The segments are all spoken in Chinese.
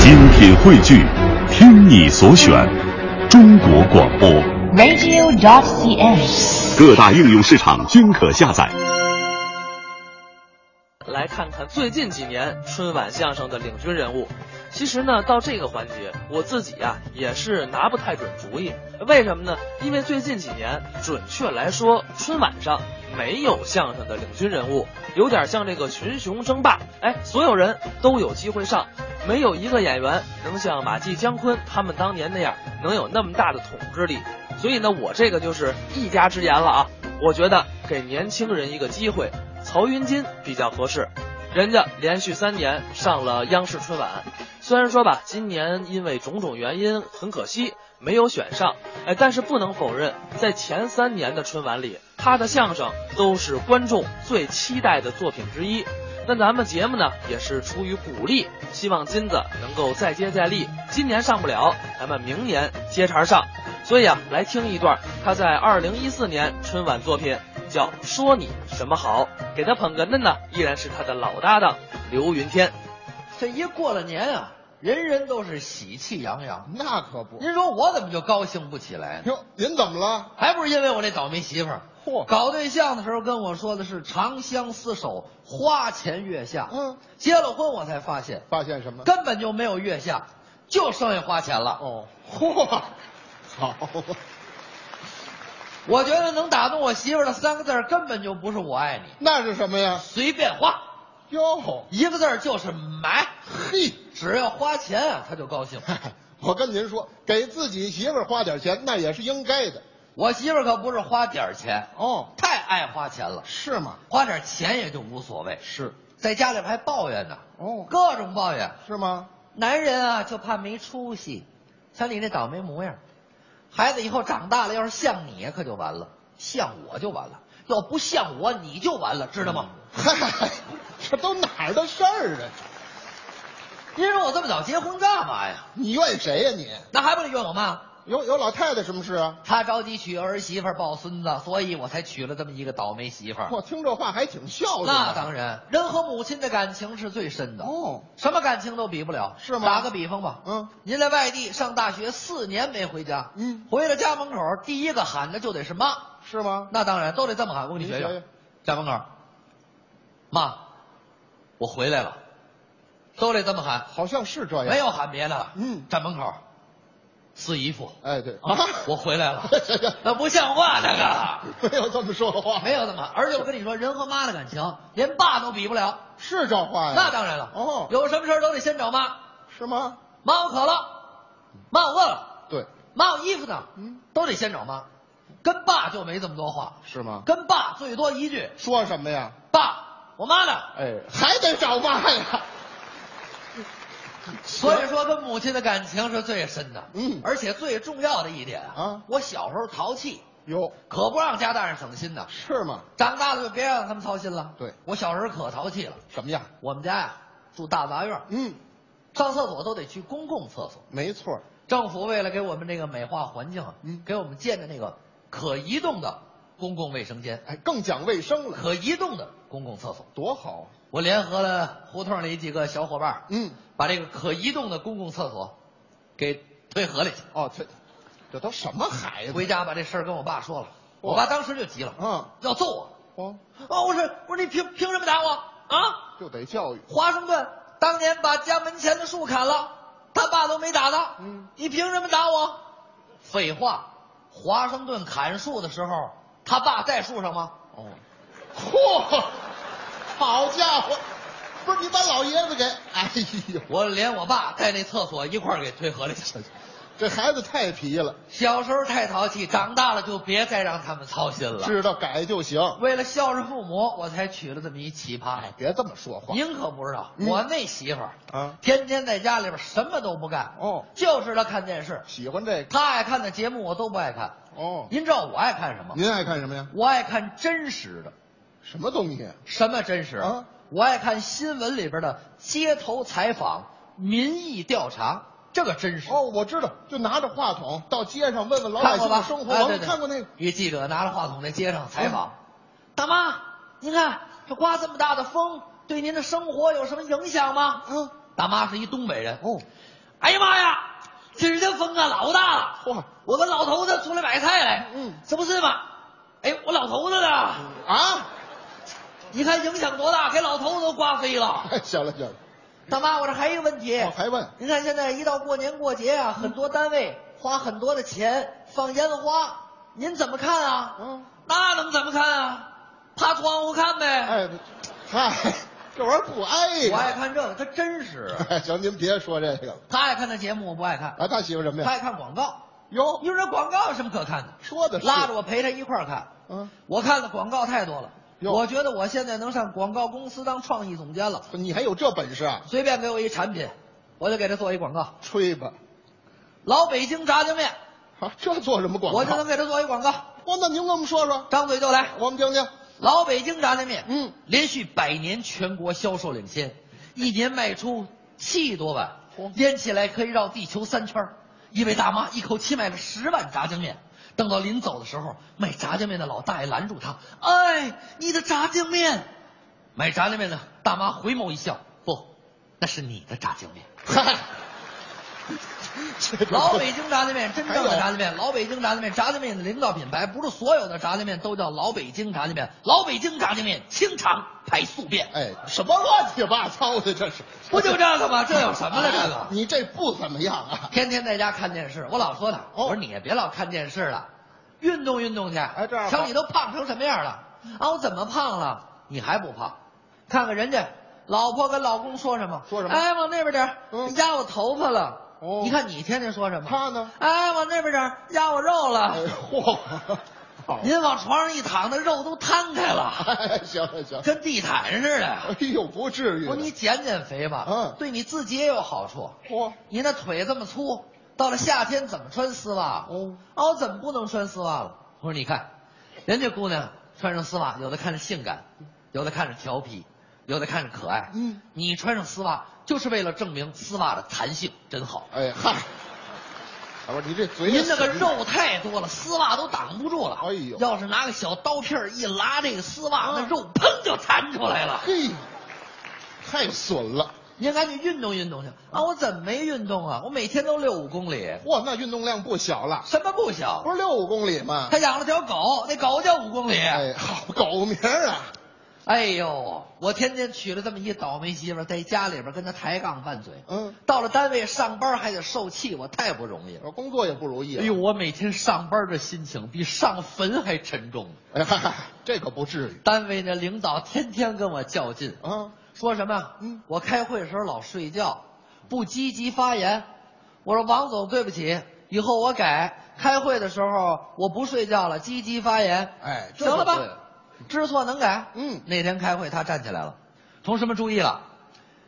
精品汇聚，听你所选，中国广播。 radio.cn。各大应用市场均可下载。来看看最近几年春晚相声的领军人物。其实呢，到这个环节，我自己啊也是拿不太准主意。为什么呢？因为最近几年，准确来说，春晚上没有相声的领军人物，有点像这个群雄争霸。哎，所有人都有机会上，没有一个演员能像马季、姜昆他们当年那样能有那么大的统治力。所以呢，我这个就是一家之言了啊。我觉得给年轻人一个机会，曹云金比较合适。人家连续三年上了央视春晚，虽然说吧，今年因为种种原因很可惜没有选上，哎，但是不能否认，在前三年的春晚里，他的相声都是观众最期待的作品之一。那咱们节目呢，也是出于鼓励，希望金子能够再接再厉。今年上不了，咱们明年接茬上。所以啊，来听一段他在二零一四年春晚作品叫《说你什么好》，给他捧哏的呢依然是他的老搭档刘云天。这一过了年啊，人人都是喜气洋洋。那可不。您说我怎么就高兴不起来呢？哟，您怎么了？还不是因为我那倒霉媳妇儿。嚯搞对象的时候跟我说的是长相厮守，花前月下。嗯，结了婚我才发现，发现什么？根本就没有月下，就剩下花钱了。哦，嚯，好啊，我觉得能打动我媳妇儿的三个字儿根本就不是“我爱你那是什么呀”，？随便花，哟，一个字儿就是买。嘿，只要花钱啊，她就高兴。我跟您说，给自己媳妇儿花点钱，那也是应该的。我媳妇儿可不是花点儿钱，哦，太爱花钱了。是吗？花点钱也就无所谓，是。在家里还抱怨呢，哦，各种抱怨。是吗？ 男人啊，就怕没出息，像你那倒霉模样，孩子以后长大了要是像你可就完了，像我就完了，要不像我你就完了，知道吗？嗯嗨，这都哪儿的事儿啊？您说我这么早结婚干嘛呀？你怨谁呀、你？那还不得怨我妈？有有老太太什么事啊？她着急娶儿媳妇儿抱孙子，所以我才娶了这么一个倒霉媳妇儿。我听这话还挺孝顺的。那当然，人和母亲的感情是最深的。哦，什么感情都比不了，是吗打个比方吧，嗯，您在外地上大学四年没回家，嗯，回到家门口第一个喊的就得是妈，是吗？那当然都得这么喊，我给你您学学学学，家门口，妈，我回来了，都得这么喊，好像是这样。没有。喊别的，哎嗯站门口，四姨夫，哎，对，啊，我回来了 那不像话那个。没有这么说话，没有那么喊，而且我跟你说，人和妈的感情，连爸都比不了。是这哎话呀？那当然了，哦有什么事儿都得先找妈。是吗？妈，我渴了，妈，我饿了，对，妈，我衣服呢？嗯，都得先找妈。跟爸就没这么多话，是吗？跟爸最多一句说什么呀？ “爸，我妈呢哎，还得找妈呀。”。所以说，跟母亲的感情是最深的。嗯而且最重要的一点啊我小时候淘气，哟，可不让家大人省心呢。是吗？长大了就别让他们操心了。对我小时候可淘气了。什么样？我们家呀、住大杂院，嗯，上厕所都得去公共厕所。没错。政府为了给我们这个美化环境啊，嗯给我们建的那个可移动的公共卫生间，哎，更讲卫生了，可移动的公共厕所。多好啊。我联合了胡同里几个小伙伴，嗯，把这个可移动的公共厕所给推河里去。哦，这这都什么孩子？回家把这事儿跟我爸说了，哇我爸当时就急了，嗯，要揍我。哦，哦，我说我说你凭凭什么打我啊？就得教育。华盛顿当年把家门前的树砍了，他爸都没打他，嗯，你凭什么打我？废话，华盛顿砍树的时候，他爸在树上吗？哦，嚯，好家伙，不是你把老爷子给，哎呦，我连我爸带那厕所一块儿给推河里去了。这孩子太皮了，小时候太淘气，长大了就别再让他们操心了。知道改就行。为了孝顺父母，我才娶了这么一奇葩。哎，别这么说话。您可不知道，嗯我那媳妇儿啊天天在家里边什么都不干，哦，就知道看电视。喜欢这个。她爱看的节目我都不爱看。哦，您知道我爱看什么？您爱看什么呀？我爱看真实的，什么东西？什么真实啊？我爱看新闻里边的街头采访、民意调查，这个真实。哦，我知道，就拿着话筒到街上问问老百看过姓吧？的生活。哎我对对们看过那个。嗯一记者拿着话筒在街上采访，大妈，您看这刮这么大的风，对您的生活有什么影响吗？嗯，大妈是一东北人。哦，哎呀妈呀，今儿这风啊老大了！嚯我们老头子出来买菜来，嗯这不是吗？哎，我老头子呢？啊！你看影响多大，给老头子都刮飞了。哎，行了行了，大妈，我这还有一个问题，我还问您看现在一到过年过节啊，很多单位花很多的钱放烟花，您怎么看啊？嗯，那能怎么看啊？趴窗户看呗。哎，嗨，这玩意儿不挨呀我爱看这个，他真实。哎 行，您别说这个了。他爱看的节目，我不爱看。啊，他媳妇什么他呀？爱看广告。哟，你说这广告有什么可看的？说的是拉着我陪他一块儿看。嗯，我看的广告太多了，哟我觉得我现在能上广告公司当创意总监了。你还有这本事啊？随便给我一产品，我就给他做一广告。吹吧！老北京炸酱面，啊，这做什么广告？我就能给他做一广告。哦，那您给我们说说，张嘴就来，我们听听。老北京炸酱面，嗯，连续百年全国销售领先，一年卖出七亿多碗嚯，腌起来可以绕地球三圈儿。一位大妈一口气买了十碗炸酱面，等到临走的时候，卖炸酱面的老大爷拦住她：“哎，你的炸酱面！”买炸酱面的大妈回眸一笑：“不，那是你的炸酱面。” 嗨，这 个老北京炸酱面，真正的炸酱面，老北京炸酱面，炸酱面的领导品牌，不是所有的炸酱面都叫老北京炸酱面。老北京炸酱面清肠排宿便，哎，什么乱七八糟的这是？哎不就这个吗？这有什么呢？这 个你这不怎么样啊？天天在家看电视，我老说他，哦我说你也别老看电视了，运动运动去。哎这样吧瞧你都胖成什么样了？啊，我怎么胖了？你还不胖？看看人家老婆跟老公说什么？说什么哎，往那边点儿，嗯你压我头发了。哦你看你天天说什么？他呢？哎，往那边点儿，压我肉了。 哎嚯，好，您往床上一躺，那肉都摊开了，哎，行了行了，跟地毯似哎的。呦，不至于不，的。你减减肥吧，嗯对你自己也有好处。嚯，你那腿这么粗，到了夏天怎么穿丝袜？哦哦，怎么不能穿丝袜了？我说你看，人家姑娘穿上丝袜，有的看着性感，有的看着调皮，有的看着可爱。嗯，你穿上丝袜就是为了证明丝袜的弹性真好。哎 嗨，啊不是你这嘴，您那个，肉太多了，丝袜都挡不住了。哎呦要是拿个小刀片儿一拉这个丝袜，啊那肉砰就弹出来 了。嘿，哎太损了。您赶紧运动运动去啊！我怎么没运动啊？我每天都遛五公里，嚯，那运动量不小了，什么不行？不是六五公里吗？他养了条狗，那狗叫五公里。哎，好狗名儿啊！哎呦，我天天娶了这么一倒霉媳妇儿，在家里边跟她抬杠拌嘴，嗯，到了单位上班还得受气，我太不容易了。我工作也不如意。啊哎呦，，我每天上班这心情比上坟还沉重。哎嗨嗨，这可不至于单位那领导天天跟我较劲，啊！说什么？嗯，我开会的时候老睡觉，不积极发言。我说王总，对不起，以后我改。开会的时候我不睡觉了，积极发言。哎这行了吧就对了？知错能改。嗯那天开会他站起来了，同事们注意了，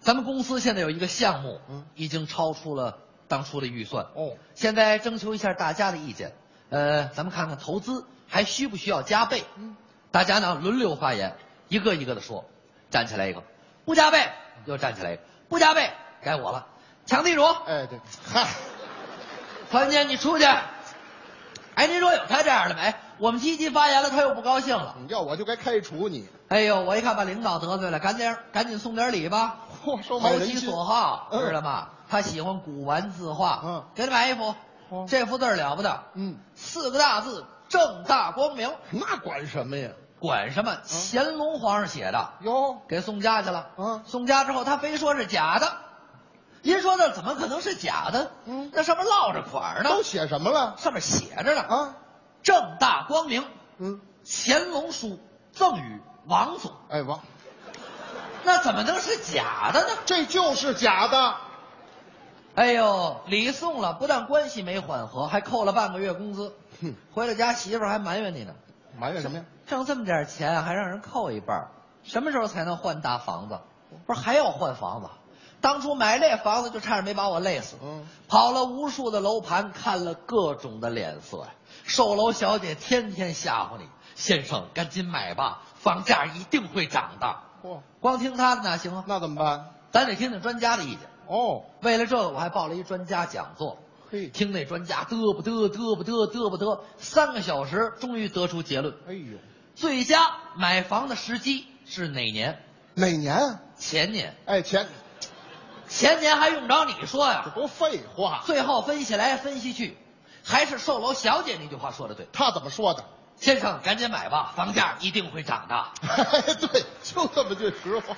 咱们公司现在有一个项目，嗯已经超出了当初的预算。哦，现在征求一下大家的意见，呃，咱们看看投资还需不需要加倍？嗯，大家呢轮流发言，一个一个的说，站起来一个，不加倍，又站起来一个，不加倍，该我了，抢地主，哎对，嗨，团建你出去。哎，您说有他这样的没？我们积极发言了，他又不高兴了。你要我就该开除你。哎呦，我一看把领导得罪了，赶紧赶紧送点礼吧，嚯，收买投人其心所好，嗯知道吗？他喜欢古玩字画，嗯给他买一幅，哦这幅字儿了不得，嗯，四个大字正大光明，那管什么呀？管什嗯么？乾隆皇上写的，哟，给送家去了。嗯送家之后他非说是假的，您说这怎么可能是假的？嗯那上面落着款儿呢，都写什么了上面写着呢，啊？正大光明，嗯，乾隆书赠与王总，哎王，那怎么能是假的呢？这就是假的。哎呦，礼送了，不但关系没缓和，还扣了半个月工资。哼回了家，媳妇儿还埋怨你呢，埋怨什么呀？挣这么点钱啊还让人扣一半儿，什么时候才能换大房子？不是还要换房子？当初买这房子就差点没把我累死。嗯，跑了无数的楼盘，看了各种的脸色呀。售楼小姐天天吓唬你：“先生，赶紧买吧，房价一定会涨的。嚯，”光听她的哪行啊？那怎么办？咱得听听专家的意见。哦，为了这个，我还报了一专家讲座。嘿，听那专家嘚不嘚嘚不嘚嘚不嘚，三个小时终于得出结论：哎呦，最佳买房的时机是哪年？哪年？啊前年。哎前，前年还用不着你说这呀。不废话。最后分析来分析去，还是售楼小姐那句话说的对。他怎么说的？ 先生，赶紧买吧，房价一定会涨的。 哎对，就这么句实话。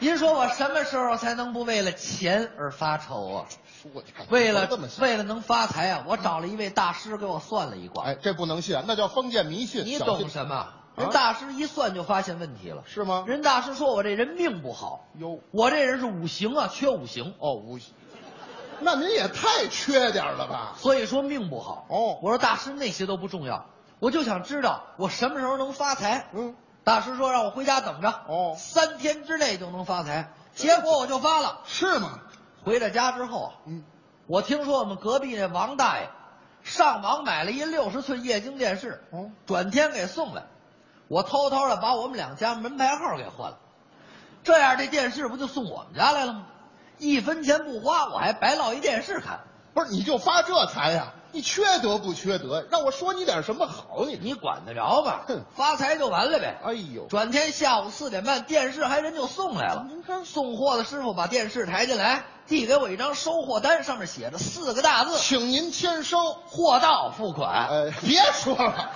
您说我什么时候才能不为了钱而发愁啊？说你看，为了都这么信，为了能发财啊，我找了一位大师给我算了一卦。哎，这不能信，那叫封建迷信。你小懂心啊什么？啊人大师一算就发现问题了。是吗？人大师说我这人命不好，哟，我这人是五行啊，缺五行，哦，无，那您也太缺点了吧？所以说命不好。哦我说大师那些都不重要，我就想知道我什么时候能发财。嗯，大师说让我回家等着，哦三天之内就能发财。结果我就发了。是吗？回到家之后啊，嗯，我听说我们隔壁那王大爷上网买了一六十寸液晶电视，哦，转天给送来，我偷偷的把我们两家门牌号给换了，这样这电视不就送我们家来了吗？一分钱不花，我还白落一电视看。不是，你就发这财呀、你缺德不缺德？让我说你点什么好你？你管得着吗哼？发财就完了呗。哎呦，哦转天下午四点半，电视还人就送来了。送货的师傅把电视抬进来，递给我一张收货单，上面写着四个大字请您签收。啊哎“货到付款”。呃，别说了，